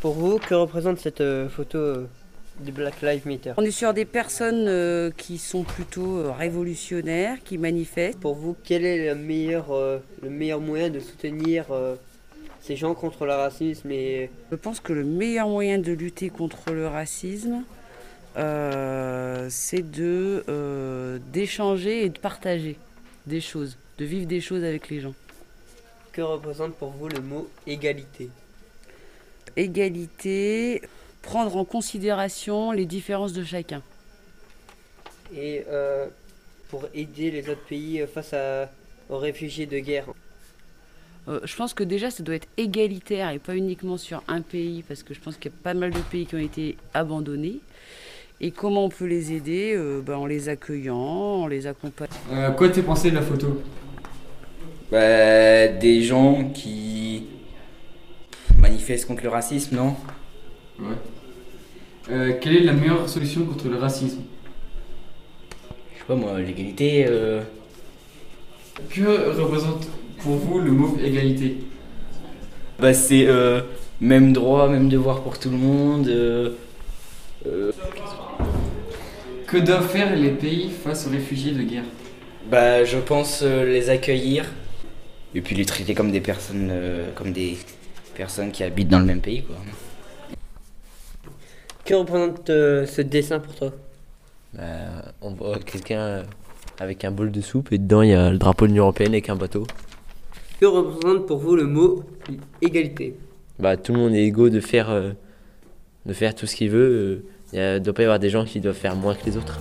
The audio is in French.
Pour vous, que représente cette euh, photo euh, du Black Lives Matter On est sur des personnes euh, qui sont plutôt euh, révolutionnaires, qui manifestent. Pour vous, quel est le meilleur, euh, le meilleur moyen de soutenir euh, ces gens contre le racisme et Je pense que le meilleur moyen de lutter contre le racisme, euh, c'est de euh, d'échanger et de partager des choses, de vivre des choses avec les gens. que représente pour vous le mot égalité Égalité, prendre en considération les différences de chacun. Et euh, pour aider les autres pays euh, face à, aux réfugiés de guerre Euh, je pense que déjà, ça doit être égalitaire et pas uniquement sur un pays, parce que je pense qu'il y a pas mal de pays qui ont été abandonnés. Et comment on peut les aider Euh, ben, En les accueillant, en les accompagnant. Euh, quoi t'es pensé de la photo Bah, des gens qui manifestent contre le racisme, non Ouais. Euh, quelle est la meilleure solution contre le racisme Je sais pas moi, l'égalité. euh, Que représente pour vous le mot égalité Bah, c'est euh, même droit, même devoir pour tout le monde. euh, Que doivent faire les pays face aux réfugiés de guerre bah, je pense euh, les accueillir. Et puis les traiter comme des personnes, euh, comme des personnes qui habitent dans le même pays, quoi. Que représente euh, ce dessin pour toi Bah, on voit quelqu'un avec un bol de soupe et dedans il y a le drapeau de l'Union Européenne avec un bateau. Que représente pour vous le mot égalité Bah, tout le monde est égaux de faire, euh, de faire tout ce qu'il veut. euh, Il y a- doit pas y avoir des gens qui doivent faire moins que les autres.